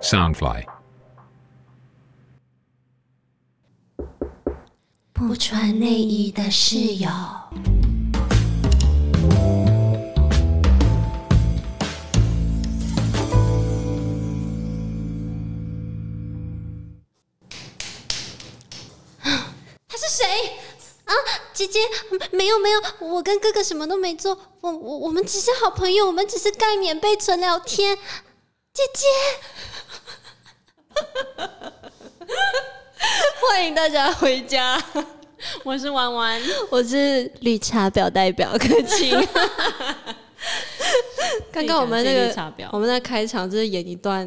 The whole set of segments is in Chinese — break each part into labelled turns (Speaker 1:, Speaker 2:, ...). Speaker 1: Soundfly.
Speaker 2: 不穿内衣的室友。 他是谁啊？姐姐，没有没有，我跟哥哥什么都没做，我我我们只是好朋友，我们只是盖棉被纯聊天。姐姐，
Speaker 3: 欢迎大家回家，我是玩玩，
Speaker 2: 我是绿茶婊代表柯青。 刚刚我们那
Speaker 3: 自己讲自己绿茶
Speaker 2: 个
Speaker 3: 婊
Speaker 2: 我们在开场就是演一段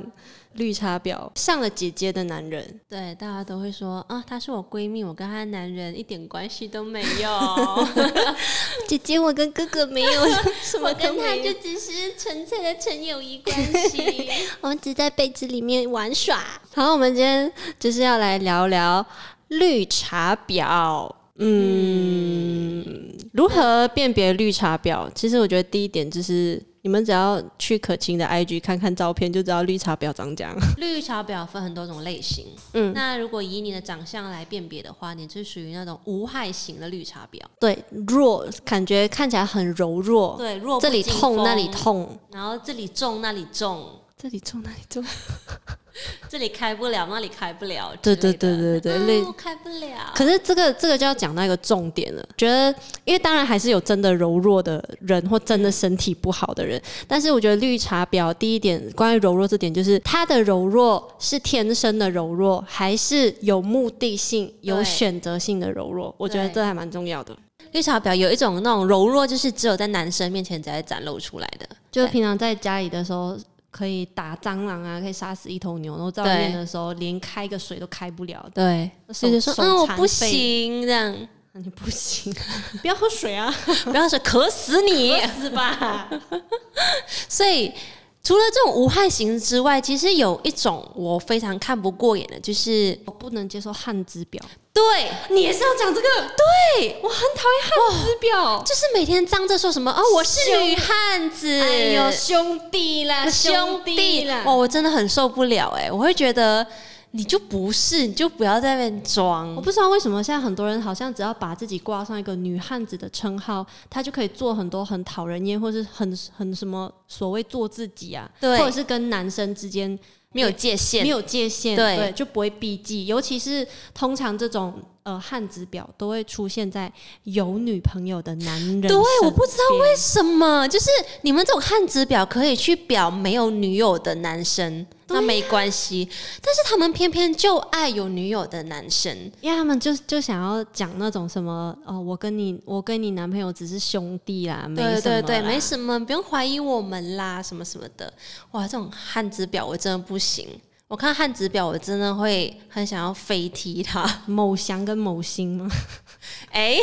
Speaker 2: 绿茶婊上了姐姐的男人，
Speaker 3: 对，大家都会说啊，她是我闺蜜，我跟她的男人一点关系都没有，
Speaker 2: 姐姐我跟哥哥没 有什么
Speaker 3: 我
Speaker 2: 都
Speaker 3: 跟她
Speaker 2: 没
Speaker 3: 就
Speaker 2: 有，
Speaker 3: 只是纯粹的纯友谊关系。
Speaker 2: 我们只在被子里面玩耍。然后我们今天就是要来聊聊绿茶婊。嗯，如何辨别绿茶婊？其实我觉得第一点就是，你们只要去可亲的 IG 看看照片，就知道绿茶婊长这样。
Speaker 3: 绿茶婊分很多种类型，
Speaker 2: 嗯
Speaker 3: 那如果以你的长相来辨别的话，你是属于那种无害型的绿茶婊，
Speaker 2: 对，弱，感觉看起来很柔弱，
Speaker 3: 对，弱不
Speaker 2: 这里
Speaker 3: 禁
Speaker 2: 痛
Speaker 3: 风
Speaker 2: 那里，痛，
Speaker 3: 然后这里重那里重，
Speaker 2: 这里痛那里痛，
Speaker 3: 这里开不了那里开不了之
Speaker 2: 对
Speaker 3: 类的，
Speaker 2: 对对对对
Speaker 3: 啊
Speaker 2: 类
Speaker 3: 我开不了，
Speaker 2: 可是这个这个就要讲到一个重点了，觉得因为当然还是有真的柔弱的人或真的身体不好的人，但是我觉得绿茶婊第一点关于柔弱这点就是她的柔弱是天生的柔弱，还是有目的性、有
Speaker 3: 对
Speaker 2: 选择性的柔弱？我觉得
Speaker 3: 对
Speaker 2: 这还蛮重要的。
Speaker 3: 绿茶婊有一种那种柔弱，就是只有在男生面前才会展露出来的。
Speaker 2: 就
Speaker 3: 对
Speaker 2: 平常在家里的时候。可以打蟑螂啊，可以杀死一头牛，然后在外面
Speaker 3: 对
Speaker 2: 的时候连开个水都开不了，
Speaker 3: 对，
Speaker 2: 手
Speaker 3: 所以就说
Speaker 2: 手
Speaker 3: 嗯，我
Speaker 2: 残
Speaker 3: 不
Speaker 2: 废
Speaker 3: 行，这样
Speaker 2: 那 你不行， 不要喝水啊！
Speaker 3: 不要说渴死你，
Speaker 2: 是吧？
Speaker 3: 所以。除了这种无害型之外，其实有一种我非常看不过眼的，就是
Speaker 2: 我不能接受汉字表，
Speaker 3: 对，
Speaker 2: 你也是要讲这个？对，哎我很讨厌汉字表。
Speaker 3: 就是每天张着说什么哦，我是女汉子，
Speaker 2: 哎呦，兄弟啦，
Speaker 3: 兄弟
Speaker 2: 弟啦！
Speaker 3: 哇，我真的很受不了哎、我会觉得你就不是，你就不要在那边装
Speaker 2: 我。不知道为什么现在很多人好像只要把自己挂上一个女汉子的称号，她就可以做很多很讨人厌，或是很很什么所谓做自己啊，
Speaker 3: 对
Speaker 2: 或者是跟男生之间
Speaker 3: 没有界限，
Speaker 2: 没有界限，
Speaker 3: 对
Speaker 2: 就不会避忌。尤其是通常这种呃汉字表都会出现在有女朋友的男人。
Speaker 3: 对，我不知道为什么，就是你们这种汉字表可以去表没有女友的男生，那没关系，但是他们偏偏就爱有女友的男生。
Speaker 2: 因为他们就就想要讲那种什么哦，我跟你我跟你男朋友只是兄弟啦，没
Speaker 3: 对
Speaker 2: 什么
Speaker 3: 对对，
Speaker 2: 啦
Speaker 3: 没什么，不用怀疑我们啦，什么什么的。哇，这种汉字表我真的不行，我看汉字表我真的会很想要飞踢 他。
Speaker 2: 某翔跟某星嘛，
Speaker 3: 哎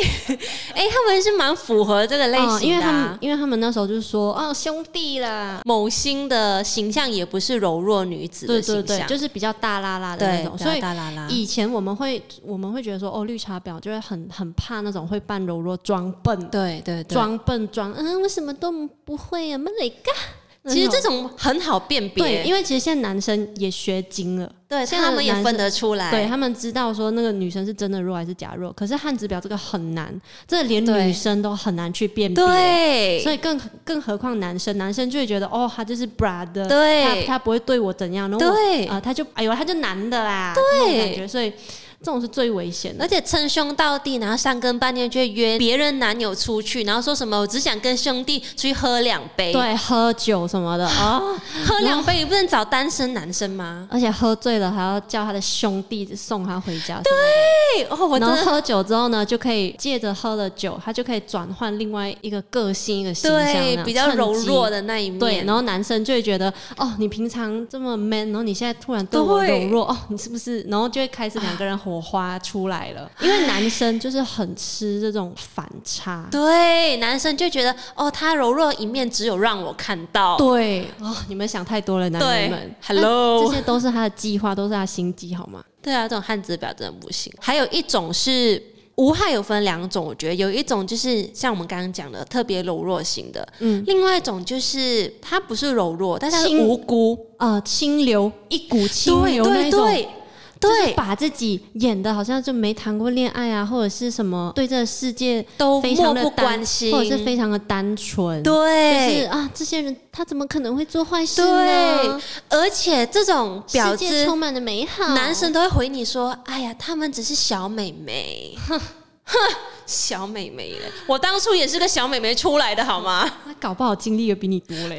Speaker 3: 哎，他们是蛮符合这个类
Speaker 2: 哦
Speaker 3: 型
Speaker 2: 因为
Speaker 3: 的、
Speaker 2: 他们
Speaker 3: 啊。
Speaker 2: 因为他们那时候就是说哦兄弟啦，
Speaker 3: 某星的形象也不是柔弱女子
Speaker 2: 对
Speaker 3: 的
Speaker 2: 对
Speaker 3: 形
Speaker 2: 对，
Speaker 3: 象，
Speaker 2: 就是比较大拉拉的那
Speaker 3: 对
Speaker 2: 种，所以。
Speaker 3: 大啦啦，
Speaker 2: 以前我们会我们会觉得说哦，绿茶婊就会很很怕那种会扮柔弱、装笨、
Speaker 3: 对对对，
Speaker 2: 装笨、装嗯，为什么都不会啊？闷雷嘎。
Speaker 3: 其实这
Speaker 2: 种
Speaker 3: 种很好辨别，
Speaker 2: 对，因为其实现在男生也学精了，
Speaker 3: 对
Speaker 2: 现
Speaker 3: 像
Speaker 2: 在
Speaker 3: 他们也
Speaker 2: 男生
Speaker 3: 分得出来，
Speaker 2: 对他们知道说那个女生是真的弱还是假弱，可是汉字表这个很难，这连
Speaker 3: 对
Speaker 2: 女生都很难去辨别。
Speaker 3: 对
Speaker 2: 所以更更何况男生，男生就会觉得哦，他就是 brother，他
Speaker 3: 对
Speaker 2: 他不会对我怎样，然后我
Speaker 3: 对
Speaker 2: 啊、他就哎呦，他就男的啦，那种感觉，所以这种是最危险的
Speaker 3: 而。且称兄道弟，然后三更半夜就会约别人男友出去，然后说什么我只想跟兄弟出去喝两杯，，
Speaker 2: 对，喝酒 什么的啊、
Speaker 3: 喝两杯你不能找单身男生吗？
Speaker 2: 而且喝醉了还要叫他的兄弟送他回家。对，
Speaker 3: 对，哦，我真
Speaker 2: 然后
Speaker 3: 的
Speaker 2: 喝酒之后呢，就可以借着喝了酒，他就可以转换另外一个个性、一个形象这
Speaker 3: 对
Speaker 2: 样，
Speaker 3: 比较柔
Speaker 2: 趁机
Speaker 3: 弱的那一面，
Speaker 2: 对，然后男生就会觉得，哦，你平常这么 man，然后你现在突然对我
Speaker 3: 对
Speaker 2: 柔弱，哦，你是不是？然后就会开始两个人火花出来了，因为男生就是很吃这种反差。
Speaker 3: 对男生就觉得哦，他柔弱的一面只有让我看到，
Speaker 2: 对，哦，你们想太多了，男人们
Speaker 3: 对。，Hello，
Speaker 2: 这些都是他的计划，都是他的心机，好吗？
Speaker 3: 对啊，这种汉字表真的不行。还有一种是无害有分两种，我觉得有一种就是像我们刚刚讲的特别柔弱型的，
Speaker 2: 嗯
Speaker 3: 嗯，另外一种就是它不是柔弱，但是它是
Speaker 2: 轻
Speaker 3: 无辜，
Speaker 2: 呃，清流一股清
Speaker 3: 对
Speaker 2: 流那
Speaker 3: 对
Speaker 2: 一种，
Speaker 3: 对
Speaker 2: 就是
Speaker 3: 对，
Speaker 2: 把自己演的好像就没谈过恋爱啊，或者是什么对这个世界
Speaker 3: 都
Speaker 2: 非常
Speaker 3: 哦漠
Speaker 2: 的
Speaker 3: 不
Speaker 2: 单
Speaker 3: 关心，
Speaker 2: 或者是非常的单纯，，
Speaker 3: 对，
Speaker 2: 就是啊，这些人他怎么可能会做坏事
Speaker 3: 对
Speaker 2: 呢？，
Speaker 3: 而且这种婊
Speaker 2: 世界
Speaker 3: 子
Speaker 2: 充满了美好，
Speaker 3: 男生都会回你说：“哎呀，他们只是小美眉。” 哼，小美眉嘞，我当初也是个小美眉出来的好吗？
Speaker 2: 他搞不好经历也比你多嘞。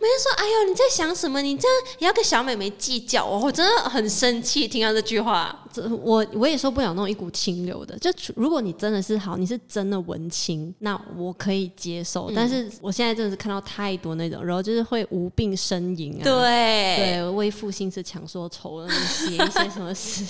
Speaker 3: 没人说：“哎呦，你在想什么？你这样也要跟小美眉计较哦！”我真的很生气，听到这句话。
Speaker 2: 这我我也受不了那种一股清流的。就除如果你真的是好，你是真的文青，那我可以接
Speaker 3: 嗯
Speaker 2: 受。但是我现在真的是看到太多那种，然后就是会无病呻吟啊。
Speaker 3: 嗯对，
Speaker 2: 对，为赋新词强说愁，那种写一些什 么诗，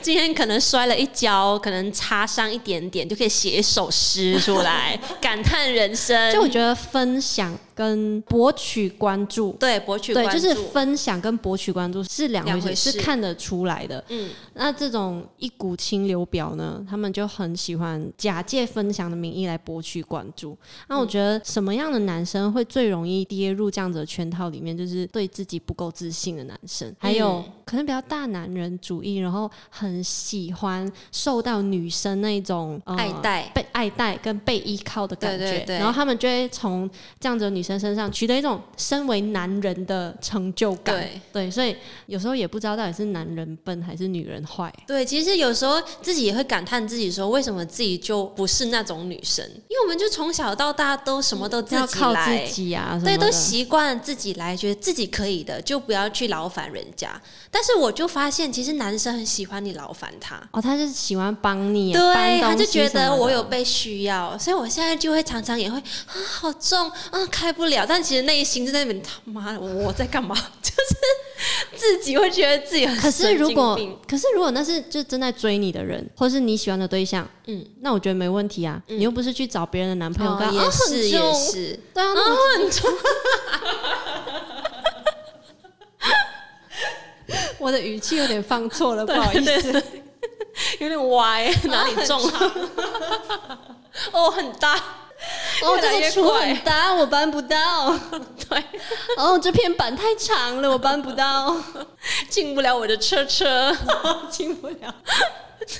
Speaker 3: 今天可能摔了一跤，可能擦伤一点点，就可以写一首诗出来， 感叹人生。
Speaker 2: 就我觉得分享跟博取关注，
Speaker 3: 对博取
Speaker 2: 对，
Speaker 3: 关
Speaker 2: 就
Speaker 3: 注，
Speaker 2: 是分享跟博取关注是两回
Speaker 3: 两
Speaker 2: 事，
Speaker 3: 回事
Speaker 2: 是看得出来的。
Speaker 3: 嗯，
Speaker 2: 那这种一股清流表呢，他们就很喜欢假借分享的名义来博取关注。那我觉得什么样的男生会最容易跌入这样子的圈套里面？就是对自己不够自信的男生，
Speaker 3: 嗯
Speaker 2: 还有可能比较大男人主义，然后很喜欢受到女生那种、呃
Speaker 3: 爱戴。
Speaker 2: 被爱戴跟被依靠的感觉，
Speaker 3: 对对对
Speaker 2: 然后他们就会从这样子的女生身上取得一种身为男人的成就感。
Speaker 3: 对
Speaker 2: 所以有时候也不知道到底是男人笨还是女人坏。
Speaker 3: 对，其实有时候自己也会感叹自己说，为什么自己就不是那种女生？因为我们就从小到大都什么都自
Speaker 2: 要
Speaker 3: 己
Speaker 2: 靠
Speaker 3: 来，
Speaker 2: 自己啊，什么
Speaker 3: 对，都
Speaker 2: 的
Speaker 3: 习惯自己来，觉得自己可以的，就不要去劳烦人家。但是我就发现，其实男生很喜欢你劳烦他。
Speaker 2: 哦，他就是喜欢帮你啊，搬
Speaker 3: 对，
Speaker 2: 东
Speaker 3: 他就
Speaker 2: 西
Speaker 3: 觉
Speaker 2: 什么
Speaker 3: 得
Speaker 2: 的
Speaker 3: 我有被需要，所以我现在就会常常也会啊，好重啊，开不了。但其实内心就在那边，他妈的，我在干嘛？ 就是自己会觉得自己很
Speaker 2: 可是
Speaker 3: 神
Speaker 2: 如
Speaker 3: 经
Speaker 2: 果
Speaker 3: 病，
Speaker 2: 可是如果那是就正在追你的人，或是你喜欢的对象，
Speaker 3: 嗯
Speaker 2: 那我觉得没问题啊。你又不是去找别人的男朋友，
Speaker 3: 哦
Speaker 2: 跟他
Speaker 3: 也
Speaker 2: 啊很
Speaker 3: 是也
Speaker 2: 重
Speaker 3: 是，
Speaker 2: 对啊，
Speaker 3: 啊
Speaker 2: 那 我，
Speaker 3: 很重。
Speaker 2: 我的语气有点放 错了，不好意思。
Speaker 3: 思，有点歪， 哪里重啊？哦，很 大，
Speaker 2: 哦，
Speaker 3: 越来
Speaker 2: 这个
Speaker 3: 越
Speaker 2: 厨
Speaker 3: 快
Speaker 2: 很大，我搬不到。
Speaker 3: 对，
Speaker 2: 哦，这片板太长了，我搬不 到，
Speaker 3: 进不了我的车 车，哦
Speaker 2: 进不了。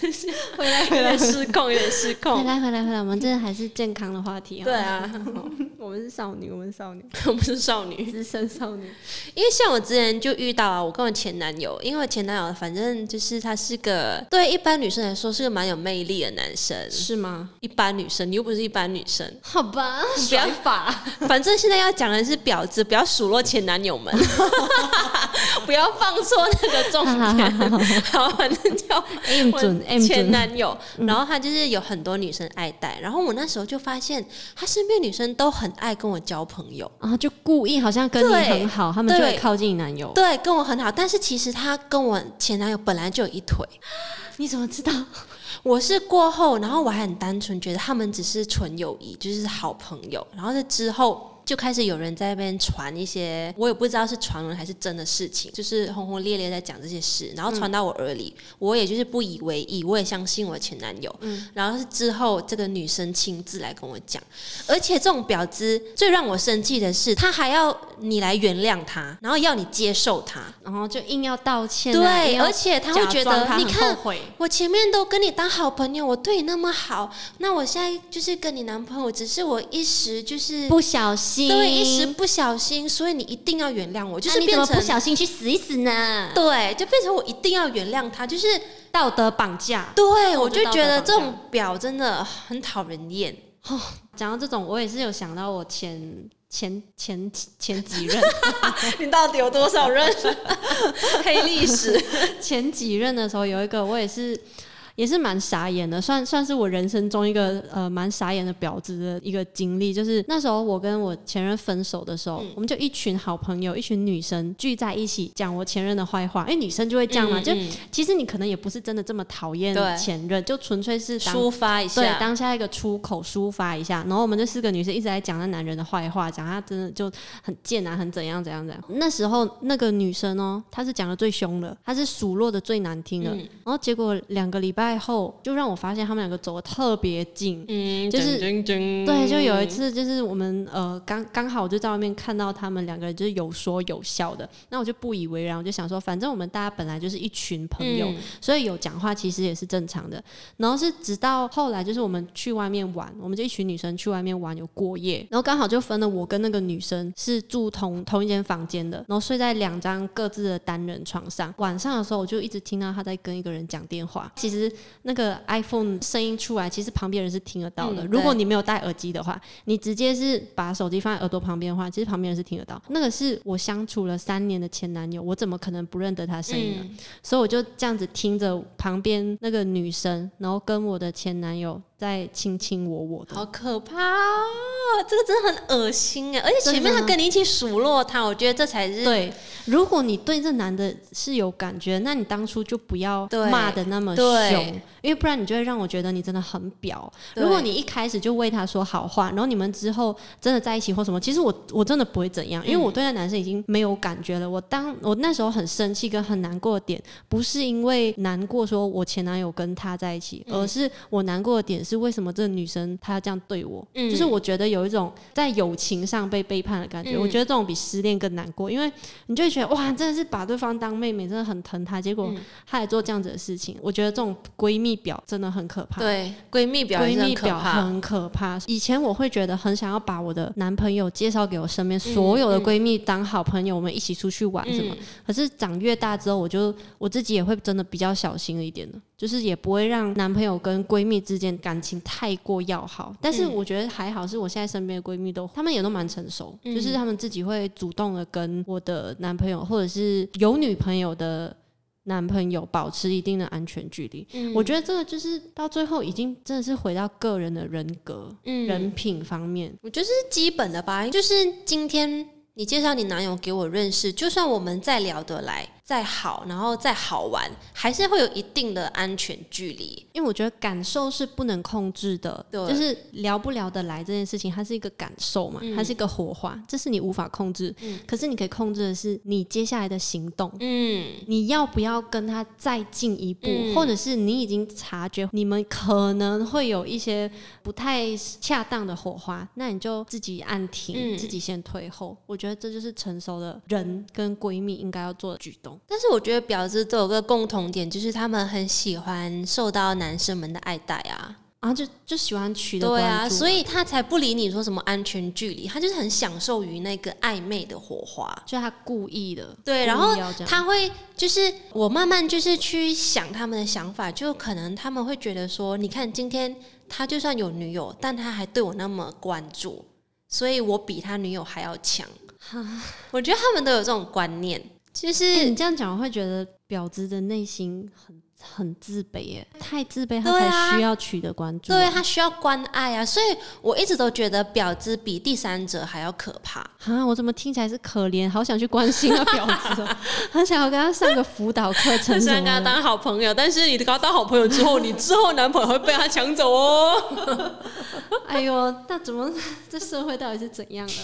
Speaker 2: 回来，
Speaker 3: 有
Speaker 2: 回来
Speaker 3: 点，失控，有点失
Speaker 2: 回
Speaker 3: 控。
Speaker 2: 来，回来，回来，我们这还是健康的话题 啊。
Speaker 3: 对，啊，
Speaker 2: 我们是少女，我们是少女，
Speaker 3: 我们是少女，
Speaker 2: 资深少女。
Speaker 3: 因为像我之前就遇到啊，我跟我前男友，因为我前男友反正就是他是个对一般女生来说是个蛮有魅力的男生，
Speaker 2: 是吗？
Speaker 3: 一般女生你又不是一般女生，
Speaker 2: 好吧，
Speaker 3: 不要
Speaker 2: 甩法。
Speaker 3: 反正现在要 讲的是婊子，不要数落前男友们， 不要放错那个重点。好，反正叫
Speaker 2: M
Speaker 3: 我
Speaker 2: 准 M
Speaker 3: 前
Speaker 2: 准，
Speaker 3: 男友，然后他就是有很多女生爱戴，然后我那时候就发现他身边女生都很爱跟我交朋友，
Speaker 2: 然后就故意好像跟你
Speaker 3: 对
Speaker 2: 很好，他们就会
Speaker 3: 对
Speaker 2: 靠近你男友。
Speaker 3: 对，跟我很好，但是其实他跟我前男友本来就有一腿，
Speaker 2: 你怎么知道？
Speaker 3: 我是过后，然后我还很单纯，觉得他们只是纯友谊，就是好朋友。然后在之后就开始有人在那边传一些，我也不知道是传闻还是真的事情，就是轰轰烈烈在讲这些事，然后传到我耳里，
Speaker 2: 嗯
Speaker 3: 我也就是不以为意，我也相信我前男友。
Speaker 2: 嗯
Speaker 3: 然后是之后这个女生亲自来跟我讲，而且这种婊子最让我生气的是，她还要你来原谅她，然后要你接受她。
Speaker 2: 然后就硬要道歉啊。
Speaker 3: 对，
Speaker 2: 硬要
Speaker 3: 而且她会觉
Speaker 2: 假装
Speaker 3: 得，
Speaker 2: 他很
Speaker 3: 你看
Speaker 2: 后悔
Speaker 3: 我前面都跟你当好朋友，我对你那么好，那我现在就是跟你男朋友，只是我一时就是
Speaker 2: 不小心，
Speaker 3: 对一时不小心，所以你一定要原谅我，就
Speaker 2: 就是是
Speaker 3: 变成、
Speaker 2: 心去死一死呢？
Speaker 3: 对，就变成我一定要原谅他，就是
Speaker 2: 道德绑架。
Speaker 3: 对我
Speaker 2: 哦我知
Speaker 3: 就
Speaker 2: 道
Speaker 3: 觉得
Speaker 2: 这
Speaker 3: 这
Speaker 2: 种
Speaker 3: 种表真的很讨人厌。
Speaker 2: 讲到这种，我也是有想到我前前前前几任
Speaker 3: 你到底有多少人黑历史？
Speaker 2: 前几任的时候，有一个我也是。也是蛮傻眼的，算算是我人生中一个呃蛮傻眼的婊子的一个经历。就是那时候我跟我前任分手的时候，
Speaker 3: 嗯
Speaker 2: 我们就一群好朋友，一群女生聚在一起讲我前任的坏话，因为女生就会这样嘛。
Speaker 3: 嗯
Speaker 2: 就
Speaker 3: 嗯
Speaker 2: 其实你可能也不是真的这么讨厌
Speaker 3: 对
Speaker 2: 前任，就纯粹是当
Speaker 3: 抒发一
Speaker 2: 对，
Speaker 3: 下，
Speaker 2: 当下一个出口抒发一下。然后我们这四个女生一直在讲那男人的坏话，讲他真的就很贱啊，很怎样怎样怎样。那时候那
Speaker 3: 嗯
Speaker 2: 嗯个女生哦，她是讲的最凶的，她是数落的最难听的。然后结果两个礼拜来后，就让我发现他们两个走的特别近。
Speaker 3: 嗯，
Speaker 2: 就是
Speaker 3: 铮铮铮
Speaker 2: 对，就有一次，就是我们呃刚刚好就在外面看到他们两个人就是有说有笑的，那我就不以为然，我就想说，反正我们大家本来就是一群朋友，
Speaker 3: 嗯
Speaker 2: 所以有讲话其实也是正常的。然后是直到后来，就是我们去外面玩，我们这一群女生去外面玩有过夜，然后刚好就分了我跟那个女生是住同同一间房间的，然后睡在两张各自的单人床上。晚上的时候，我就一直听到她在跟一个人讲电话。其实那个 iPhone 声音出来，其实旁边人是听得到的。
Speaker 3: 嗯
Speaker 2: 如果
Speaker 3: 对
Speaker 2: 你没有戴耳机的话，你直接是把手机放在耳朵旁边的话，其实旁边人是听得到。那个是我相处了三年的前男友，我怎么可能不认得他声音啊呢？
Speaker 3: 嗯
Speaker 2: 所以我就这样子听着旁边那个女生，然后跟我的前男友在卿卿我我的。
Speaker 3: 好可怕哦！这个真的很恶心哎，而且前面
Speaker 2: 真的
Speaker 3: 他
Speaker 2: 吗
Speaker 3: 跟你一起数落他，我觉得这才是
Speaker 2: 对，如果你对这男的是有感觉，那你当初就不要
Speaker 3: 对
Speaker 2: 骂的那么
Speaker 3: 对
Speaker 2: 凶，因为不然你就会让我觉得你真的很婊。
Speaker 3: 对
Speaker 2: 如果你一开始就为他说好话，然后你们之后真的在一起或什么，其实我我真的不会怎样，
Speaker 3: 嗯
Speaker 2: 因为我对那男生已经没有感觉了。我当我那时候很生气跟很难过的点，不是因为难过说我前男友跟他在一起，
Speaker 3: 嗯
Speaker 2: 而是我难过的点是为什么这个女生她要这样对我，
Speaker 3: 嗯
Speaker 2: 就是我觉得有一种在友情上被背叛的感
Speaker 3: 嗯
Speaker 2: 觉。我觉得这种比失恋更难过，因为你就会觉得哇，真的是把对方当妹妹，真的很疼她，结果
Speaker 3: 嗯
Speaker 2: 她也做这样子的事情。我觉得这种闺蜜表真的很可怕。
Speaker 3: 对闺蜜表也
Speaker 2: 闺
Speaker 3: 是很
Speaker 2: 蜜
Speaker 3: 可
Speaker 2: 表
Speaker 3: 怕，
Speaker 2: 很可怕。以前我会觉得很想要把我的男朋友介绍给我身边所
Speaker 3: 嗯
Speaker 2: 有的闺蜜当好朋友，我们一起出去玩什么。可是长越大之后，我就我自己也会真的比较小心一点的，就是也不会让男朋友跟闺蜜之间感情太过要好。但是
Speaker 3: 嗯
Speaker 2: 我觉得还好，是我现在身边的闺蜜都，她们也都蛮成熟，
Speaker 3: 嗯
Speaker 2: 就是她们自己会主动的跟我的男朋友或者是有女朋友的男朋友保持一定的安全距离。
Speaker 3: 嗯
Speaker 2: 我觉得这个就是到最后已经真的是回到个人的人格、
Speaker 3: 嗯
Speaker 2: 人品方面。
Speaker 3: 我觉得这是基本的吧，就是今天你介绍你男友给我认识，就算我们再聊得来、再好，然后再好玩，还是会有一定的安全距离。
Speaker 2: 因为我觉得感受是不能控制的，
Speaker 3: 对
Speaker 2: 就是聊不聊得来这件事情，它是一个感受嘛，它是一个火花，这是你无法控制。可是你可以控制的是你接下来的行动，
Speaker 3: 嗯，
Speaker 2: 你要不要跟他再进一步，
Speaker 3: 嗯
Speaker 2: 或者是你已经察觉你们可能会有一些不太恰当的火花，那你就自己按停，
Speaker 3: 嗯
Speaker 2: 自己先退后。我觉得这就是成熟的人跟闺蜜应该要做的举动。
Speaker 3: 但是我觉得婊子都有个共同点，就是他们很喜欢受到男生们的爱戴啊，
Speaker 2: 然后就就喜欢取得
Speaker 3: 对啊，
Speaker 2: 关注，
Speaker 3: 所
Speaker 2: 以
Speaker 3: 以他才不理你说什么安全距离，他就是很享受于那个暧昧的火花。
Speaker 2: 就他故意的，
Speaker 3: 对
Speaker 2: 故意
Speaker 3: 然后
Speaker 2: 要这样
Speaker 3: 他会就是我慢慢就是去想他们的想法，就可能他们会觉得说，你看今天他就算有女友，但他还对我那么关注，所以我比他女友还要 强。我觉得他们都有这种观念，就是、
Speaker 2: 欸你这样讲，我会觉得婊子的内心很很自卑耶，太自卑，他
Speaker 3: 对啊
Speaker 2: 才需要取得关注、啊
Speaker 3: 对，他需要关爱啊，所以我一直都觉得婊子比第三者还要可怕。
Speaker 2: 啊，我怎么听起来是可怜？好想去关心啊，婊子哦，很想要跟他上个辅导课程
Speaker 3: 很
Speaker 2: 什
Speaker 3: 想跟
Speaker 2: 么
Speaker 3: 他
Speaker 2: 的。
Speaker 3: 当好朋友，但是你跟他当好朋友之 后，你之后男朋友会被他抢走哦。
Speaker 2: 哎呦，那怎么这社会到底是怎样的？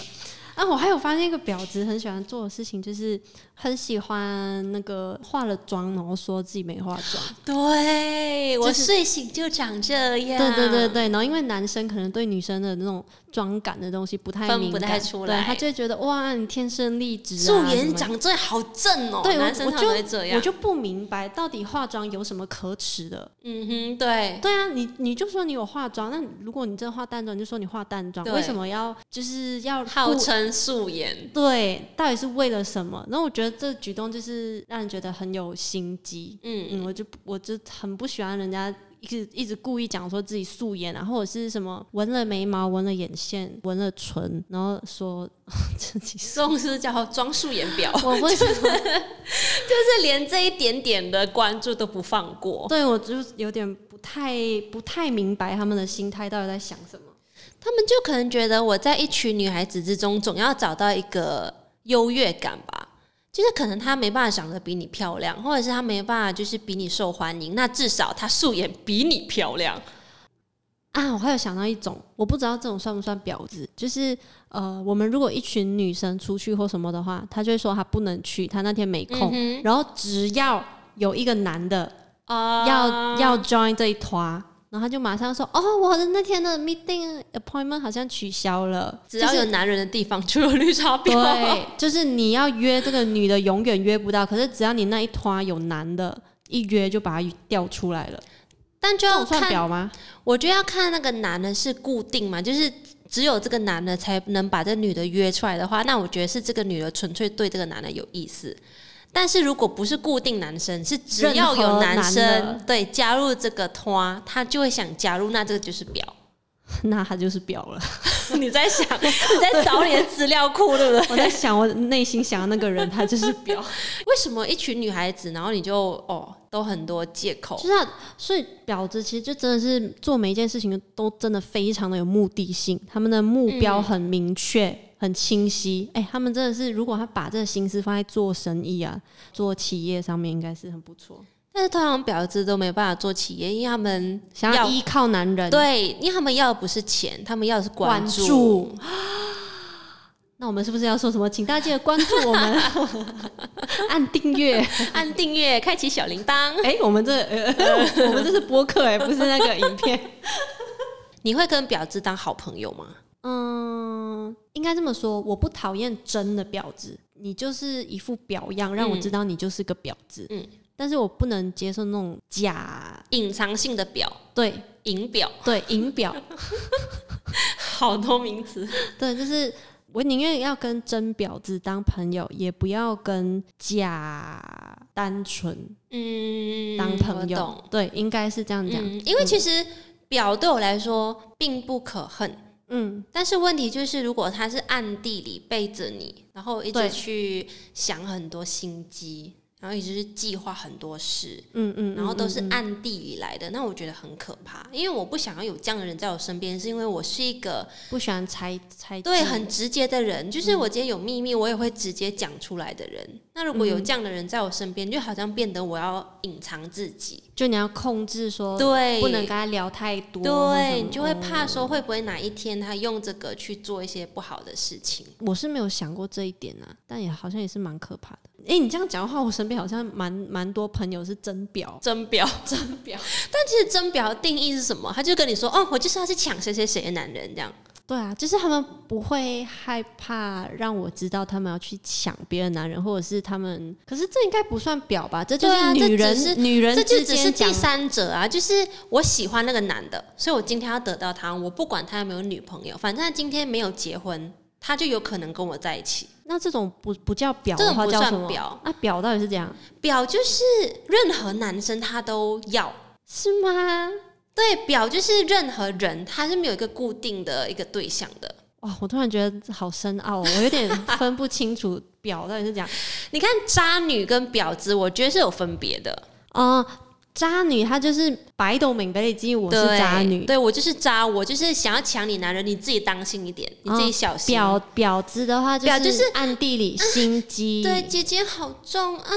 Speaker 2: 啊，我还有发现一个婊子很喜欢做的事情，就是很喜欢那个化了妆，然后说自己没化妆。
Speaker 3: 对，
Speaker 2: 就
Speaker 3: 我
Speaker 2: 是
Speaker 3: 睡醒就长这样。
Speaker 2: 对对对对，然后因为男生可能对女生的那种妆感的东西不太
Speaker 3: 分
Speaker 2: 敏
Speaker 3: 不
Speaker 2: 感，
Speaker 3: 太出来
Speaker 2: 对他就会觉得哇，你天生丽质、啊，
Speaker 3: 素
Speaker 2: 什
Speaker 3: 颜
Speaker 2: 么的
Speaker 3: 长这好正哦，
Speaker 2: 对，我
Speaker 3: 男生
Speaker 2: 我
Speaker 3: 常会这
Speaker 2: 就
Speaker 3: 样。
Speaker 2: 我就不明白到底化妆有什么可耻的。
Speaker 3: 嗯哼，对，
Speaker 2: 对啊，你你就说你有化妆，那如果你真的化淡妆，你就说你化淡妆，
Speaker 3: 对
Speaker 2: 为什么要就是要
Speaker 3: 号
Speaker 2: 故
Speaker 3: 称素颜。
Speaker 2: 对，到底是为了什么？然后我觉得这举动就是让人觉得很有心机。
Speaker 3: 嗯，
Speaker 2: 嗯，我就我就很不喜欢人家一直一直故意讲说自己素颜啊，或者是什么纹了眉毛、纹了眼线、纹了唇，然后 说自己素。
Speaker 3: 宋是叫装素颜 婊，
Speaker 2: 我为什么？
Speaker 3: 就是连这一点点的关注都不放过。
Speaker 2: 对我就有点不太不太明白他们的心态到底在想什么。
Speaker 3: 他们就可能觉得我在一群女孩子之中，总要找到一个优越感吧。就是可能她没办法长得比你漂亮，或者是她没办法就是比你受欢迎，那至少她素颜比你漂亮。
Speaker 2: 啊，我还有想到一种，我不知道这种算不算婊子，就是呃，我们如果一群女生出去或什么的话，她就会说她不能去，她那天没空，
Speaker 3: 嗯嗯哼
Speaker 2: 然后只要有一个男的
Speaker 3: 啊
Speaker 2: 要要 join 这一团，然后他就马上说：“哦，我的那天的 meeting appointment 好像取消了。”
Speaker 3: 只要有
Speaker 2: 就是
Speaker 3: 男人的地方就有绿茶婊。
Speaker 2: 对，就是你要约这个女的，永远约不到。可是只要你那一团有男的，一约就把他调出来了。
Speaker 3: 但就
Speaker 2: 这
Speaker 3: 要
Speaker 2: 种算
Speaker 3: 啊看，
Speaker 2: 表吗？
Speaker 3: 我觉得要看那个男的是固定嘛，就是只有这个男的才能把这女的约出来的话，那我觉得是这个女的纯粹对这个男的有意思。但是如果不是固定男生，是只要有生
Speaker 2: 任何男的
Speaker 3: 对加入这个团，他就会想加入，那这个就是表。
Speaker 2: 那他就是表了。
Speaker 3: 你在想，你在找你的资料库，对不对？
Speaker 2: 我在想，我内心想的那个人，他就是表。
Speaker 3: 为什么一群女孩子，然后你就哦，都很多借口
Speaker 2: 就？是、啊，所以婊子其实就真的是做每一件事情都真的非常的有目的性，他们的目标很明确、很清晰。哎、他们真的是，如果他把这个心思放在做生意啊、做企业上面，应该是很不错。
Speaker 3: 但是通常婊子都没办法做企业，因为他们
Speaker 2: 想要依靠男人，，
Speaker 3: 对，因为他们要的不是钱，他们要的是
Speaker 2: 关
Speaker 3: 注。
Speaker 2: 注。 那我们是不是要说什么？请大家记得关注我们， 按订阅。
Speaker 3: 按订阅，开启小铃铛。
Speaker 2: 哎、我们这、 呃、我们这是播客哎、不是那个影片。
Speaker 3: 你会跟婊子当好朋友吗？
Speaker 2: 嗯，应该这么说，我不讨厌真的婊子，你就是一副表样，让我知道你就是个婊子。
Speaker 3: 嗯
Speaker 2: 但是我不能接受那种假，
Speaker 3: 隐藏性的婊，
Speaker 2: 对
Speaker 3: 隐婊，
Speaker 2: 对，银表，
Speaker 3: 好多名词。
Speaker 2: 对，就是我宁愿要跟真婊子当朋友，也不要跟假单纯
Speaker 3: 嗯，
Speaker 2: 当朋
Speaker 3: 我
Speaker 2: 友。
Speaker 3: 懂
Speaker 2: 对，应该是这样讲。
Speaker 3: 嗯，因为其实婊对我来说并不可恨，
Speaker 2: 嗯，
Speaker 3: 但是问题就是，如果他是暗地里背着你，然后一直
Speaker 2: 对
Speaker 3: 去想很多心机，然后一直去计划很多事，
Speaker 2: 嗯嗯，
Speaker 3: 然后都是
Speaker 2: 嗯嗯
Speaker 3: 暗地里来的，那我觉得很可怕，因为我不想要有这样的人在我身边，是因为我是一个
Speaker 2: 不喜欢猜猜忌，
Speaker 3: 对很直接的人，就是我今天有秘密，我也会直接讲出来的人。那如果有这样的人在我身边，就好像变得我要隐藏自己，
Speaker 2: 就你要控制说，
Speaker 3: 对，
Speaker 2: 不能跟他聊太多或什么，
Speaker 3: 对，你就会
Speaker 2: 嗯
Speaker 3: 怕说会不会哪一天他用这个去做一些不好的事情。
Speaker 2: 我是没有想过这一点啊，但也好像也是蛮可怕的。诶，你这样讲的话，我身边好像蛮蛮多朋友是真婊，
Speaker 3: 真 表，真表，但其实真表的定义是什么？他就跟你说，哦，我就是要去抢谁谁谁的男人这样。
Speaker 2: 对啊，就是他们不会害怕让我知道他们要去抢别的男人，或者是他们，可是这应该不算婊吧？这就是
Speaker 3: 对啊这
Speaker 2: 女
Speaker 3: 只
Speaker 2: 人，
Speaker 3: 是
Speaker 2: 女人
Speaker 3: 这就
Speaker 2: 之
Speaker 3: 只是
Speaker 2: 间
Speaker 3: 第
Speaker 2: 讲
Speaker 3: 三者啊，就是我喜欢那个男的，所以我今天要得到他，我不管他有没有女朋友，反正他今天没有结婚，他就有可能跟我在一起。
Speaker 2: 那这种不不叫婊
Speaker 3: 这
Speaker 2: 的
Speaker 3: 种
Speaker 2: 话
Speaker 3: 不
Speaker 2: 叫
Speaker 3: 算
Speaker 2: 什么？
Speaker 3: 婊
Speaker 2: 那婊到底是怎样？
Speaker 3: 表就是任何男生他都要，
Speaker 2: 是吗？
Speaker 3: 对，表就是任何人，他是没有一个固定的一个对象的。
Speaker 2: 哇，我突然觉得好深奥、哦，我有点分不清楚婊到底是 怎样。
Speaker 3: 你看渣女跟婊子，我觉得是有分别的。
Speaker 2: 哦、渣女她就是摆斗明白基，我是
Speaker 3: 对
Speaker 2: 渣女，
Speaker 3: 对我就是渣，我就是想要抢你男人，你自己当心一点，你自己
Speaker 2: 哦
Speaker 3: 小心。
Speaker 2: 婊婊子的话，
Speaker 3: 婊
Speaker 2: 就
Speaker 3: 就是啊
Speaker 2: 是暗地里心 机，
Speaker 3: 对，姐姐好重啊！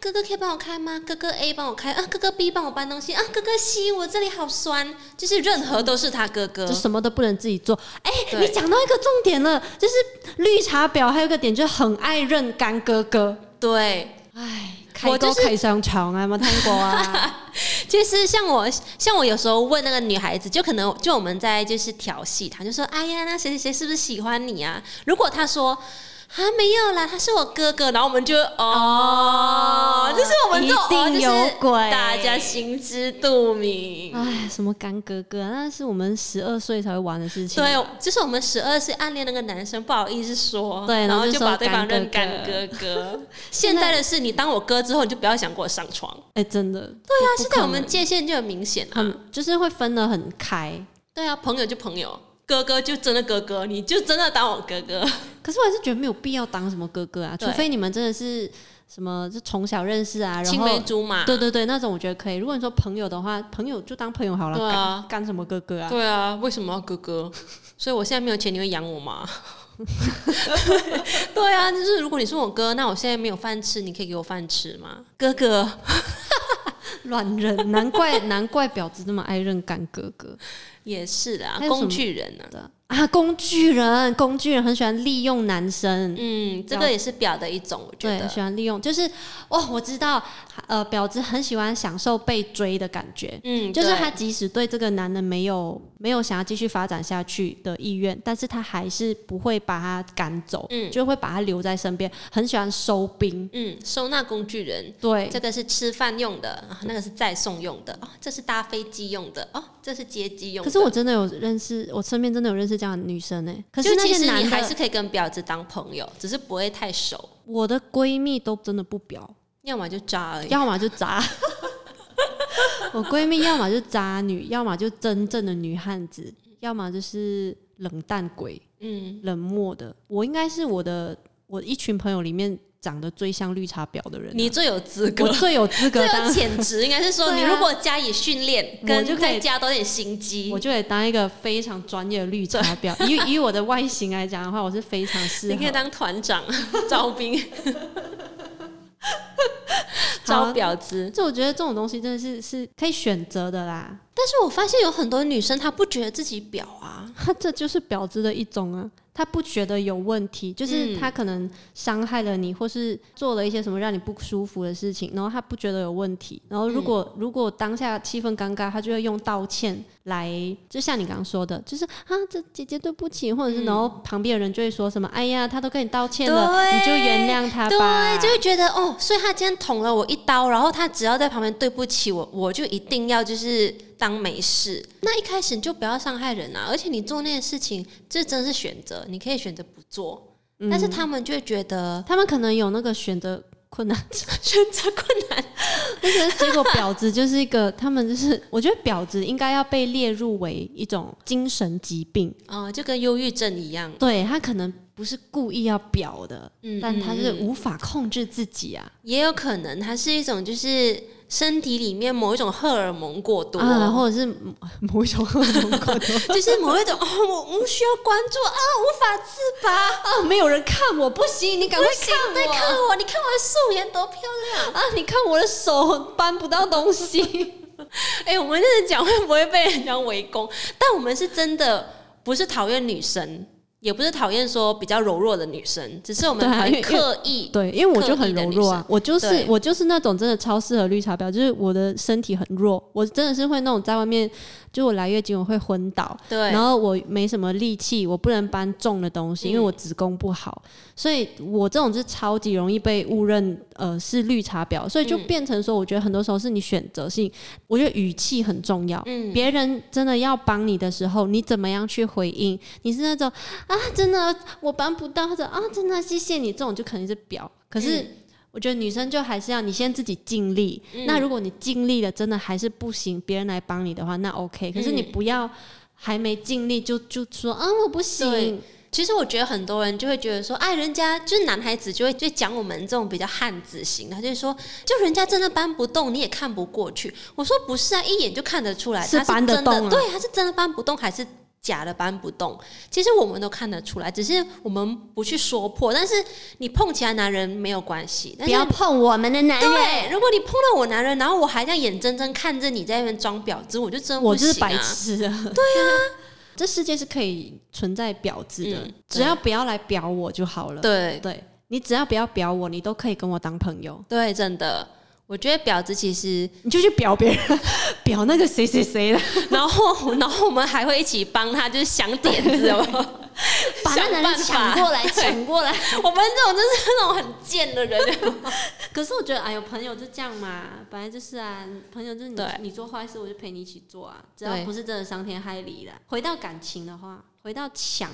Speaker 3: 哥哥可以帮我开吗？哥哥 A 帮我开啊，哥哥 B 帮我搬东西啊，哥哥 C 我这里好酸，就是任何都是他哥哥
Speaker 2: 就。什么都不能自己做。哎、
Speaker 3: 对
Speaker 2: 你讲到一个重点了，就是绿茶婊还有一个点，就是很爱认干哥哥。
Speaker 3: 对，
Speaker 2: 哎，开
Speaker 3: 我
Speaker 2: 沟
Speaker 3: 就是
Speaker 2: 开上床啊，有没有看过啊？
Speaker 3: 就是像我，像我有时候问那个女孩子，就可能就我们在就是调戏她，就说：“哎呀，那谁谁谁是不是喜欢你啊？”如果她说。啊，没有啦，他是我哥哥，然后我们就哦，就是我们这种
Speaker 2: 一
Speaker 3: 哦，就
Speaker 2: 定有
Speaker 3: 是
Speaker 2: 鬼，
Speaker 3: 大家心知肚明。
Speaker 2: 哎，什么干哥哥啊，那是我们十二岁才会玩的事情。
Speaker 3: 对，就是我们十二岁暗恋那个男生，不好意思说，
Speaker 2: 对
Speaker 3: 然
Speaker 2: 然
Speaker 3: 后
Speaker 2: 后
Speaker 3: 就
Speaker 2: 就
Speaker 3: 把
Speaker 2: 说
Speaker 3: 对方认
Speaker 2: 干
Speaker 3: 干
Speaker 2: 哥
Speaker 3: 哥 哥。现在的是你当我哥之后，你就不要想跟我上床。
Speaker 2: 哎、真的，
Speaker 3: 对啊，
Speaker 2: 不
Speaker 3: 现在我
Speaker 2: 可
Speaker 3: 们
Speaker 2: 能
Speaker 3: 界限就很明显啊。
Speaker 2: 很就是会分得很开。
Speaker 3: 对啊，朋友就朋友，哥哥就真的哥哥，你就真的当我哥哥。
Speaker 2: 可是我还是觉得没有必要当什么哥哥啊，
Speaker 3: 对
Speaker 2: 除非你们真的是什么就从小认识啊，然
Speaker 3: 青
Speaker 2: 后
Speaker 3: 梅竹马。
Speaker 2: 对对对，那种我觉得可以。如果你说朋友的话，朋友就当朋友好了，
Speaker 3: 对啊
Speaker 2: 干干什么哥哥啊？
Speaker 3: 对啊，为什么要哥哥？所以我现在没有钱，你会养我吗？对啊，就是如果你是我哥，那我现在没有饭吃，你可以给我饭吃吗？哥哥，
Speaker 2: 乱认，难怪难怪婊子这么爱认干哥哥
Speaker 3: 也是啦，
Speaker 2: 还有什么
Speaker 3: 工具人啊。
Speaker 2: 的。啊，工具人，工具人很喜欢利用男生，
Speaker 3: 嗯，这个也是表的一种，我觉
Speaker 2: 对，
Speaker 3: 得
Speaker 2: 很喜欢利用，就是哦，我知道，呃，婊子很喜欢享受被追的感觉，
Speaker 3: 嗯，
Speaker 2: 就是
Speaker 3: 对
Speaker 2: 她即使对这个男人没有没有想要继续发展下去的意愿，但是她还是不会把他赶走，
Speaker 3: 嗯
Speaker 2: 就会把他留在身边，很喜欢收兵，
Speaker 3: 嗯，收纳工具人，
Speaker 2: 对，
Speaker 3: 这个是吃饭用的，啊那个是载送用的，哦，这是搭飞机用的，哦，这是接机用的。
Speaker 2: 可是我真的有认识，我身边真的有认识这样的女生呢、欸可是
Speaker 3: 就
Speaker 2: 那
Speaker 3: 其
Speaker 2: 些
Speaker 3: 实你
Speaker 2: 男
Speaker 3: 还
Speaker 2: 的，
Speaker 3: 是可以跟婊子当朋友，只是不会太熟，
Speaker 2: 我的闺蜜都真的不表，
Speaker 3: 要么就渣而已。
Speaker 2: 要么就渣。 我闺蜜要么就渣女，要么就真正的女汉子，要么就是冷淡鬼、
Speaker 3: 嗯，
Speaker 2: 冷漠的。我应该是我的我一群朋友里面长得最像绿茶婊的人啊、
Speaker 3: 你最有资
Speaker 2: 我
Speaker 3: 格，
Speaker 2: 最有资
Speaker 3: 最
Speaker 2: 格
Speaker 3: 有
Speaker 2: 当，
Speaker 3: 潜质，应该是说
Speaker 2: 对啊
Speaker 3: 你如果加以训练，
Speaker 2: 我
Speaker 3: 跟
Speaker 2: 就可以
Speaker 3: 再加多点心机
Speaker 2: 我，就得当一个非常专业的绿茶婊。以以我的外形来讲的话，我是非常适合。
Speaker 3: 你可以当团长 招兵，
Speaker 2: 好啊
Speaker 3: 招婊子。
Speaker 2: 就我觉得这种东西真的是是可以选择的啦，
Speaker 3: 但是我发现有很多女生她不觉得自己婊啊，
Speaker 2: 他这就是婊子的一种啊，他不觉得有问题，就是
Speaker 3: 嗯
Speaker 2: 他可能伤害了你，或是做了一些什么让你不舒服的事情，然后他不觉得有问题，然后如果、
Speaker 3: 嗯
Speaker 2: 如果当下气氛尴尬，他就会用道歉来，就像你刚刚说的，就是啊，这姐姐对不起，或
Speaker 3: 嗯
Speaker 2: 者是然后旁边的人就会说什么，哎呀，他都跟你道歉了，
Speaker 3: 对
Speaker 2: 你就原谅他吧，
Speaker 3: 对，就会觉得哦，所以他今天捅了我一刀，然后他只要在旁边对不起我，我就一定要就是当没事。那一开始你就不要伤害人啊，而且你做那件事情，这真的是选择，你可以选择不做。
Speaker 2: 嗯
Speaker 3: 但是他们就会觉得
Speaker 2: 他们可能有那个选择困难症。
Speaker 3: 选择困难，
Speaker 2: 但是结果婊子就是一个，他们就是，我觉得婊子应该要被列入为一种精神疾病，
Speaker 3: 哦，就跟忧郁症一样。
Speaker 2: 对他可能不是故意要婊的，
Speaker 3: 嗯
Speaker 2: 但他是
Speaker 3: 嗯
Speaker 2: 无法控制自己啊，
Speaker 3: 也有可能它是一种就是身体里面某一种荷尔蒙过多，
Speaker 2: 啊，或者是某某一种某种感觉
Speaker 3: 就是某一种 哦，我我需要关注啊，无法自拔。
Speaker 2: 啊，没有人看我不行，你赶快看
Speaker 3: 对，
Speaker 2: 我
Speaker 3: 看我，你看我的素颜多漂亮！
Speaker 2: 啊，你看我的手搬不到东西，
Speaker 3: 哎、我们这样讲会不会被人家围攻？但我们是真的不是讨厌女生，也不是讨厌说比较柔弱的女生，只是我们
Speaker 2: 对啊
Speaker 3: 很
Speaker 2: 因为
Speaker 3: 刻意。
Speaker 2: 对，因为我就很柔弱啊，我就是
Speaker 3: 对
Speaker 2: 我就是那种真的超适合绿茶婊，就是我的身体很弱，我真的是会那种在外面，就我来月经我会昏倒。
Speaker 3: 对，
Speaker 2: 然后我没什么力气，我不能搬重的东西，因为
Speaker 3: 嗯
Speaker 2: 我子宫不好，所以我这种是超级容易被误认，呃，是绿茶婊，所以就
Speaker 3: 嗯
Speaker 2: 变成说，我觉得很多时候是你选择性，我觉得语气很重要。
Speaker 3: 嗯，
Speaker 2: 别人真的要帮你的时候，你怎么样去回应？你是那种啊，真的我帮不到，或者啊，真的谢谢你，这种就肯定是婊。可是。
Speaker 3: 嗯
Speaker 2: 我觉得女生就还是要你先自己尽力。
Speaker 3: 嗯
Speaker 2: 那如果你尽力了，真的还是不行，别人来帮你的话，那 OK。可是你
Speaker 3: 嗯
Speaker 2: 不要还没尽力就就说啊，我不
Speaker 3: 对
Speaker 2: 行。
Speaker 3: 其实我觉得很多人就会觉得说，哎，人家就是男孩子就会就讲我们这种比较汉子型，他就会说，就人家真的搬不动，你也看不过去。我说不是啊，一眼就看得出来，
Speaker 2: 是
Speaker 3: 他
Speaker 2: 搬得
Speaker 3: 真的
Speaker 2: 动啊
Speaker 3: 对，他是真的搬不动还是假的搬不动？其实我们都看得出来，只是我们不去说破。但是你碰其他男人没有关系，但
Speaker 2: 不
Speaker 3: 是哎
Speaker 2: 要碰我们的男人，
Speaker 3: 对，如果你碰到我男人，然后我还这样眼睁睁看着你在那边装婊子，我就真的
Speaker 2: 我
Speaker 3: 不
Speaker 2: 就
Speaker 3: 行、啊、
Speaker 2: 是白痴啊！ 对啊，这世界是可以存在婊子的，
Speaker 3: 嗯
Speaker 2: 只要不要来婊我就好了。
Speaker 3: 对，
Speaker 2: 对你只要不要表我，你都可以跟我当朋友，
Speaker 3: 对，真的，我觉得婊子其实。
Speaker 2: 你就去表别人， 表那个谁谁谁了，
Speaker 3: 然后，然后我们还会一起帮他，就是想点子 哦，
Speaker 2: 把那
Speaker 3: 想
Speaker 2: 男
Speaker 3: 办
Speaker 2: 人抢
Speaker 3: 法。
Speaker 2: 过来，抢过来。
Speaker 3: 我们这种就是那种很贱的人，
Speaker 2: 可是我觉得，哎呦，朋友就这样嘛，本来就是啊，朋友就是你
Speaker 3: 对
Speaker 2: 你做坏事，我就陪你一起做啊，只要
Speaker 3: 对
Speaker 2: 不是真的伤天害理啦。回到感情的话，回到抢，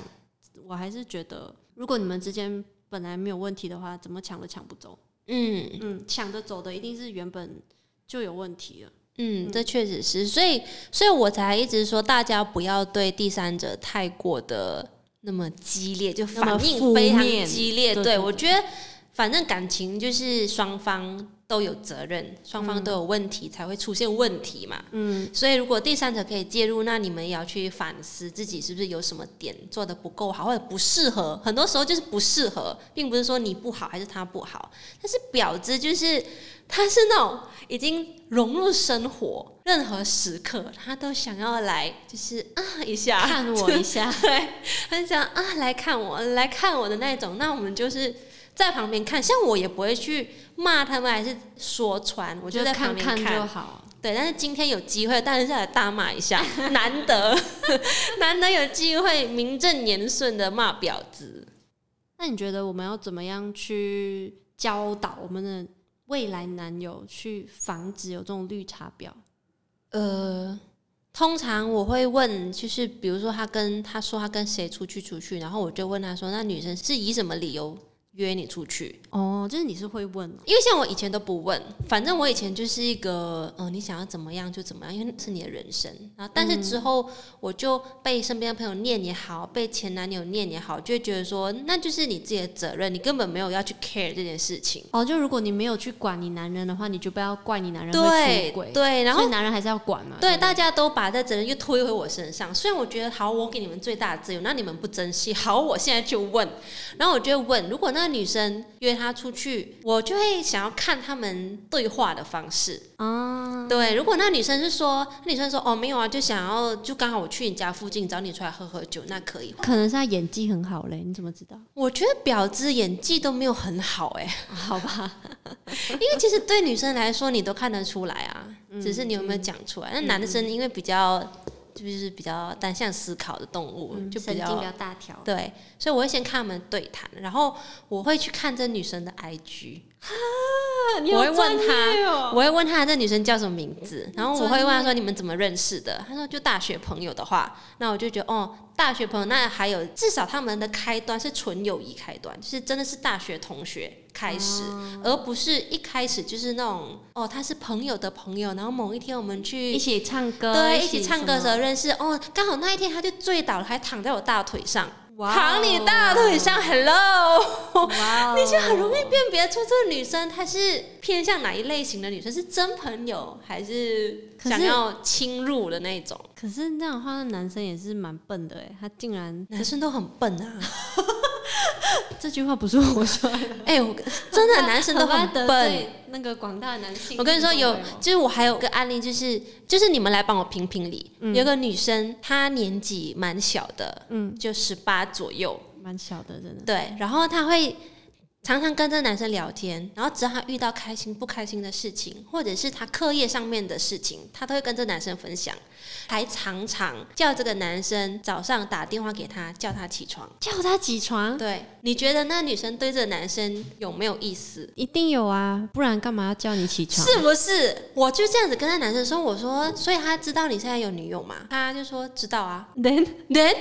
Speaker 2: 我还是觉得，如果你们之间本来没有问题的话，怎么抢都抢不走。
Speaker 3: 嗯
Speaker 2: 嗯，抢着走的一定是原本就有问题了。
Speaker 3: 嗯，这确实是，所以，所以我才一直说大家不要对第三者太过的那么激烈，就
Speaker 2: 那么
Speaker 3: 反应
Speaker 2: 负
Speaker 3: 非常
Speaker 2: 面
Speaker 3: 激烈。
Speaker 2: 对
Speaker 3: 对
Speaker 2: 对
Speaker 3: 我
Speaker 2: 对
Speaker 3: 觉得，反正感情就是双方都有责任，双方都有问题才会出现问题嘛。嗯，所以如果第三者可以介入，那你们也要去反思自己是不是有什么点做的不够好，或者不适合。很多时候就是不适合，并不是说你不好还是他不好，但是婊子就是他是那种已经融入生活，任何时刻他都想要来就是啊一下
Speaker 2: 看我 一下，
Speaker 3: 对，很想啊来看我，来看我的那一种。那我们就是在旁边看，像我也不会去骂他们，还是说穿，我就在旁
Speaker 2: 看
Speaker 3: 边
Speaker 2: 看就好。
Speaker 3: 对，但是今天有机会，当然是来大骂一 下，难得难得有机会名正言顺的骂婊子。
Speaker 2: 那你觉得我们要怎么样去教导我们的未来男友去防止有这种绿茶婊？
Speaker 3: 呃，通常我会问，就是比如说他跟他说他跟谁出去出去，然后我就问他说，那女生是以什么理由约你出去？
Speaker 2: 哦，就是你是会问哦，
Speaker 3: 因为像我以前都不问，反正我以前就是一个，嗯、你想要怎么样就怎么样，因为是你的人生啊。但是之后我就被身边的朋友念也好，被前男友念也好，就会觉得说，那就是你自己的责任，你根本没有要去 care 这件事情。
Speaker 2: 哦，就如果你没有去管你男人的话，你就不要怪你男人会
Speaker 3: 对
Speaker 2: 出轨。
Speaker 3: 对，然
Speaker 2: 所
Speaker 3: 后
Speaker 2: 以男人还是要管嘛。
Speaker 3: 对，
Speaker 2: 不
Speaker 3: 大家都把这责任又推回我身上。虽然我觉得好，我给你们最大的自由，那你们不珍惜，好，我现在就问。然后我就会问，如果那个女生约他出去，我就会想要看他们对话的方式。
Speaker 2: 啊，
Speaker 3: 对，如果那女生是说，那女生说哦没有啊，就想要就刚好我去你家附近找你出来喝喝酒，那可以。
Speaker 2: 可能是他演技很好嘞，你怎么知道？
Speaker 3: 我觉得婊子演技都没有很好哎、
Speaker 2: 好吧，
Speaker 3: 因为其实对女生来说你都看得出来啊，
Speaker 2: 嗯
Speaker 3: 只是你有没有讲出来。那男生因为比较就是比较单向思考的动物，
Speaker 2: 嗯
Speaker 3: 就
Speaker 2: 神
Speaker 3: 比
Speaker 2: 经比
Speaker 3: 较
Speaker 2: 较大条。
Speaker 3: 对，所以我会先看他们对谈，然后我会去看这女生的 IG。你好专业哦
Speaker 2: 他，
Speaker 3: 我会问他这女生叫什么名字，然后我会问他说你们怎么认识的？他说就大学朋友的话，那我就觉得哦，大学朋友那还有至少他们的开端是纯友谊开端，就是真的是大学同学开始，而不是一开始就是那种哦他是朋友的朋友，然后某一天我们去
Speaker 2: 一起唱歌，
Speaker 3: 对一起唱歌的时
Speaker 2: 什
Speaker 3: 候认识，哦刚好那一天他就醉倒了，还躺在我大腿上，
Speaker 2: 么，哇哦
Speaker 3: 躺你大腿，上，hello。
Speaker 2: 哇哦，
Speaker 3: 你就很容易辨别出这个女生她是偏向哪一类型的女生，是真朋友还是
Speaker 2: 可是
Speaker 3: 想要侵入的那种。
Speaker 2: 可是那样的话，那男生也是蛮笨的哎，他竟然
Speaker 3: 男生都很笨啊！
Speaker 2: 这句话不是我说 的，
Speaker 3: 哎、我真的男生都
Speaker 2: 很
Speaker 3: 很
Speaker 2: 怕得
Speaker 3: 笨。
Speaker 2: 罪那个广大男性。
Speaker 3: 我跟你说，有
Speaker 2: 听众朋友
Speaker 3: 就是我还有个案例，就是就是你们来帮我评评理。有个女生，她年纪蛮小的，
Speaker 2: 嗯，
Speaker 3: 就十八左右，
Speaker 2: 蛮小的，真的。
Speaker 3: 对，然后她会常常跟这男生聊天，然后只要她遇到开心不开心的事情，或者是她课业上面的事情，她都会跟这男生分享，还常常叫这个男生早上打电话给她，叫他起床。
Speaker 2: 叫他起床，
Speaker 3: 对，你觉得那女生对这个男生有没有意思？
Speaker 2: 一定有啊，不然干嘛要叫你起床？
Speaker 3: 是不是？我就这样子跟那男生说，我说，所以他知道你现在有女友吗？他就说知道啊。
Speaker 2: 人
Speaker 3: 人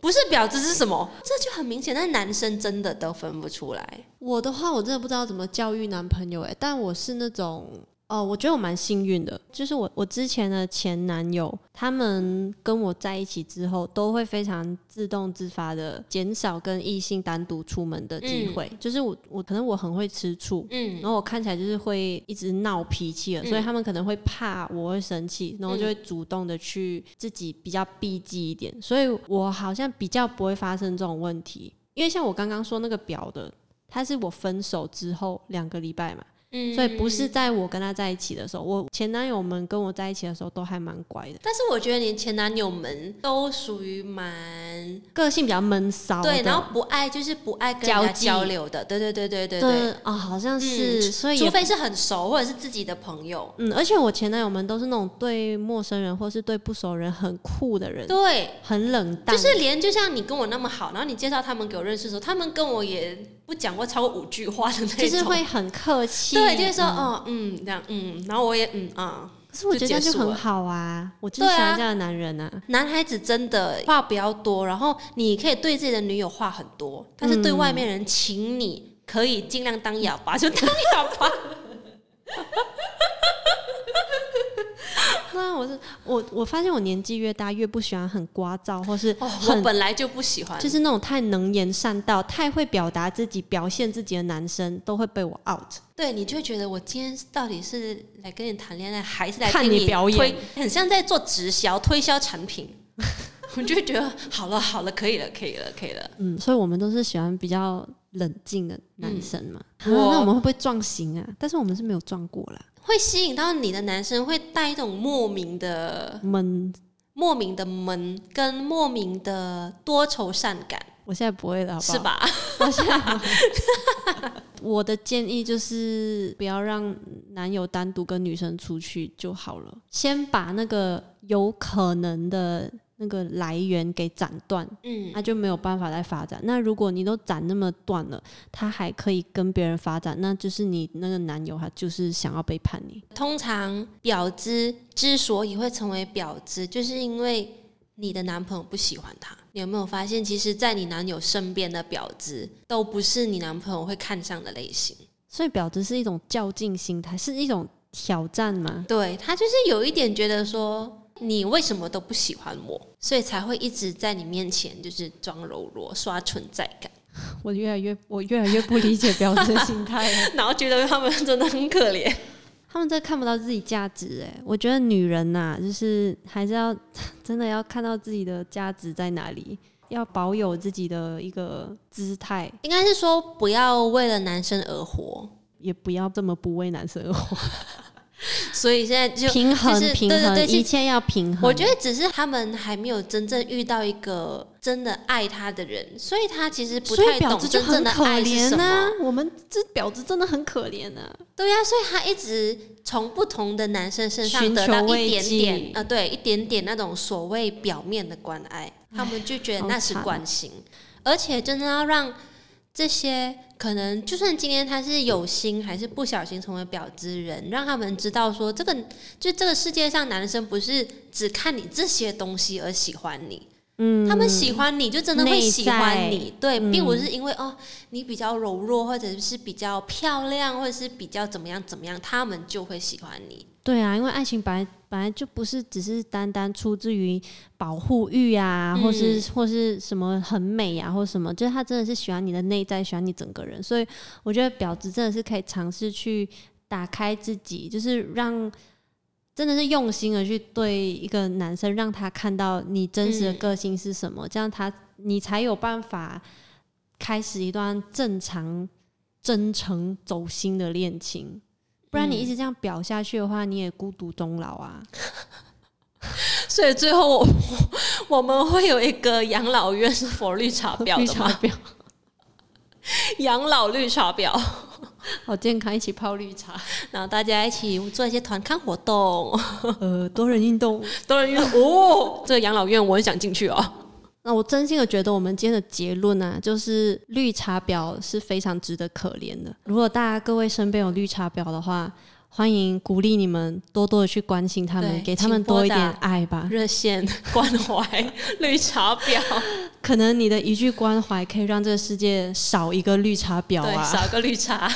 Speaker 3: 不是婊子是什么？这就很明显，那男生真的都分不出来。
Speaker 2: 我的话，我真的不知道怎么教育男朋友哎、但我是那种哦，我觉得我蛮幸运的，就是我我之前的前男友，他们跟我在一起之后，都会非常自动自发的减少跟异性单独出门的机会，就是我我可能我很会吃醋。
Speaker 3: 嗯
Speaker 2: 然后我看起来就是会一直闹脾气了，
Speaker 3: 嗯
Speaker 2: 所以他们可能会怕我会生气，然后就会主动的去自己比较避忌一点，所以我好像比较不会发生这种问题。因为像我刚刚说那个表的，他是我分手之后两个礼拜嘛，
Speaker 3: 嗯
Speaker 2: 所以不是在我跟他在一起的时候，我前男友们跟我在一起的时候都还蛮乖的，
Speaker 3: 但是我觉得你前男友们都属于蛮
Speaker 2: 个性比较闷骚的。
Speaker 3: 对，然后不爱就是不爱跟人
Speaker 2: 交
Speaker 3: 家
Speaker 2: 际
Speaker 3: 交流的，对对对对对对，
Speaker 2: 对哦，好像是，
Speaker 3: 嗯
Speaker 2: 所以也
Speaker 3: 除非是很熟或者是自己的朋友，
Speaker 2: 嗯，而且我前男友们都是那种对陌生人或是对不熟人很酷的人，
Speaker 3: 对，
Speaker 2: 很冷淡，
Speaker 3: 就是连就像你跟我那么好，然后你介绍他们给我认识的时候，他们跟我也不讲过超过五句话的那种，
Speaker 2: 就是会很客气。
Speaker 3: 对，就是说
Speaker 2: 嗯
Speaker 3: 哦嗯这样嗯，然后我也嗯啊，
Speaker 2: 可是我觉得这样就
Speaker 3: 就结束了
Speaker 2: 很好啊，我就是喜
Speaker 3: 对
Speaker 2: 欢
Speaker 3: 啊
Speaker 2: 这样的男人啊。
Speaker 3: 男孩子真的话比较多，然后你可以对自己的女友话很多，但是对外面人，请你可以尽量当哑巴就当哑巴。
Speaker 2: 那然啊我是我，我发现我年纪越大，越不喜欢很聒噪，或是
Speaker 3: 哦，我
Speaker 2: 很、
Speaker 3: 本来就不喜欢，
Speaker 2: 就是那种太能言善道、太会表达自己、表现自己的男生，都会被我 out。
Speaker 3: 对你就会觉得我今天到底是来跟你谈恋爱，还是来
Speaker 2: 看
Speaker 3: 听
Speaker 2: 你
Speaker 3: 你
Speaker 2: 表演
Speaker 3: 推，很像在做直销推销产品。 我就会觉得好了好了，可以了可以了可以了。
Speaker 2: 嗯，所以我们都是喜欢比较冷静的男生嘛。
Speaker 3: 嗯
Speaker 2: 啊
Speaker 3: 我
Speaker 2: 那我们会不会撞型啊？但是我们是没有撞过啦，
Speaker 3: 会吸引到你的男生会带一种莫名的、
Speaker 2: 闷。
Speaker 3: 莫名的闷，跟莫名的多愁善感，
Speaker 2: 我现在不会了，好不好？
Speaker 3: 是吧？
Speaker 2: 我现在不会我的建议就是不要让男友单独跟女生出去就好了，先把那个有可能的那个来源给斩断，
Speaker 3: 嗯，
Speaker 2: 那就没有办法再发展。那如果你都斩那么断了，他还可以跟别人发展，那就是你那个男友他就是想要背叛你。
Speaker 3: 通常婊子之所以会成为婊子，就是因为你的男朋友不喜欢她。你有没有发现，其实，在你男友身边的婊子，都不是你男朋友会看上的类型。
Speaker 2: 所以婊子是一种较劲心态，是一种挑战吗？
Speaker 3: 对他就是有一点觉得说，你为什么都不喜欢我，所以才会一直在你面前就是装柔弱、刷存在感，
Speaker 2: 我越来越我越来越不理解婊子的心态了。
Speaker 3: 然后觉得他们真的很可怜。
Speaker 2: 他们真的看不到自己价值哎，我觉得女人呐、就是还是要 真的要看到自己的价值在哪里，要保有自己的一个姿态，
Speaker 3: 应该是说，不要为了男生而活。
Speaker 2: 也不要这么不为难生活，
Speaker 3: 所以现在就
Speaker 2: 平衡、
Speaker 3: 就是
Speaker 2: 平
Speaker 3: 对
Speaker 2: 衡，
Speaker 3: 对对
Speaker 2: 一切要平衡。
Speaker 3: 我觉得只是他们还没有真正遇到一个真的爱他的人，所以他其实不
Speaker 2: 所以
Speaker 3: 太
Speaker 2: 婊
Speaker 3: 懂
Speaker 2: 子就
Speaker 3: 真正
Speaker 2: 很
Speaker 3: 的
Speaker 2: 可
Speaker 3: 爱是
Speaker 2: 怜啊
Speaker 3: 什
Speaker 2: 呐、
Speaker 3: 么。
Speaker 2: 我们这婊子真的很可怜啊呐、
Speaker 3: 对呀、所以他一直从不同的男生身上
Speaker 2: 寻
Speaker 3: 得到
Speaker 2: 求慰
Speaker 3: 一点
Speaker 2: 藉
Speaker 3: 点，呃，对，一点点那种所谓表面的关爱，他们就觉得
Speaker 2: 好
Speaker 3: 那是
Speaker 2: 惨
Speaker 3: 关心，而且真的要让这些可能，就算今天他是有心还是不小心成为婊子人，让他们知道说，这个就这个世界上男生不是只看你这些东西而喜欢你，
Speaker 2: 嗯，
Speaker 3: 他们喜欢你就真的会喜欢
Speaker 2: 内
Speaker 3: 你，对，
Speaker 2: 嗯
Speaker 3: 并不是因为哦你比较柔弱，或者是比较漂亮，或者是比较怎么样怎么样，他们就会喜欢你。
Speaker 2: 对啊，因为爱情本来本来就不是只是单单出自于保护欲啊，或是或是什么很美啊，或什么，就是他真的是喜欢你的内在，喜欢你整个人。所以我觉得婊子真的是可以尝试去打开自己，就是让真的是用心的去对一个男生，让他看到你真实的
Speaker 3: 嗯
Speaker 2: 个性是什么，这样他你才有办法开始一段正常、真诚、走心的恋情。不然你
Speaker 3: 嗯
Speaker 2: 一直这样表下去的话，你也孤独终老啊！
Speaker 3: 所以最后我 我们会有一个养老院是佛绿茶婊
Speaker 2: 绿
Speaker 3: 的
Speaker 2: 茶
Speaker 3: 吗？
Speaker 2: 婊，
Speaker 3: 养老绿茶婊，
Speaker 2: 好健康，一起泡绿茶，
Speaker 3: 然后大家一起做一些团康活动，
Speaker 2: 呃，多人运动。
Speaker 3: 多人运动 哦。这个养老院我很想进去哦。
Speaker 2: 那我真心的觉得，我们今天的结论啊，就是绿茶婊是非常值得可怜的。如果大家各位身边有绿茶婊的话，欢迎鼓励你们多多的去关心他们，
Speaker 3: 对
Speaker 2: 给他们
Speaker 3: 请拨
Speaker 2: 多一
Speaker 3: 打
Speaker 2: 点爱吧。
Speaker 3: 热线关怀绿茶 婊，
Speaker 2: 可能你的一句关怀，可以让这个世界少一个绿茶婊
Speaker 3: 对，
Speaker 2: 啊。
Speaker 3: 少个绿茶。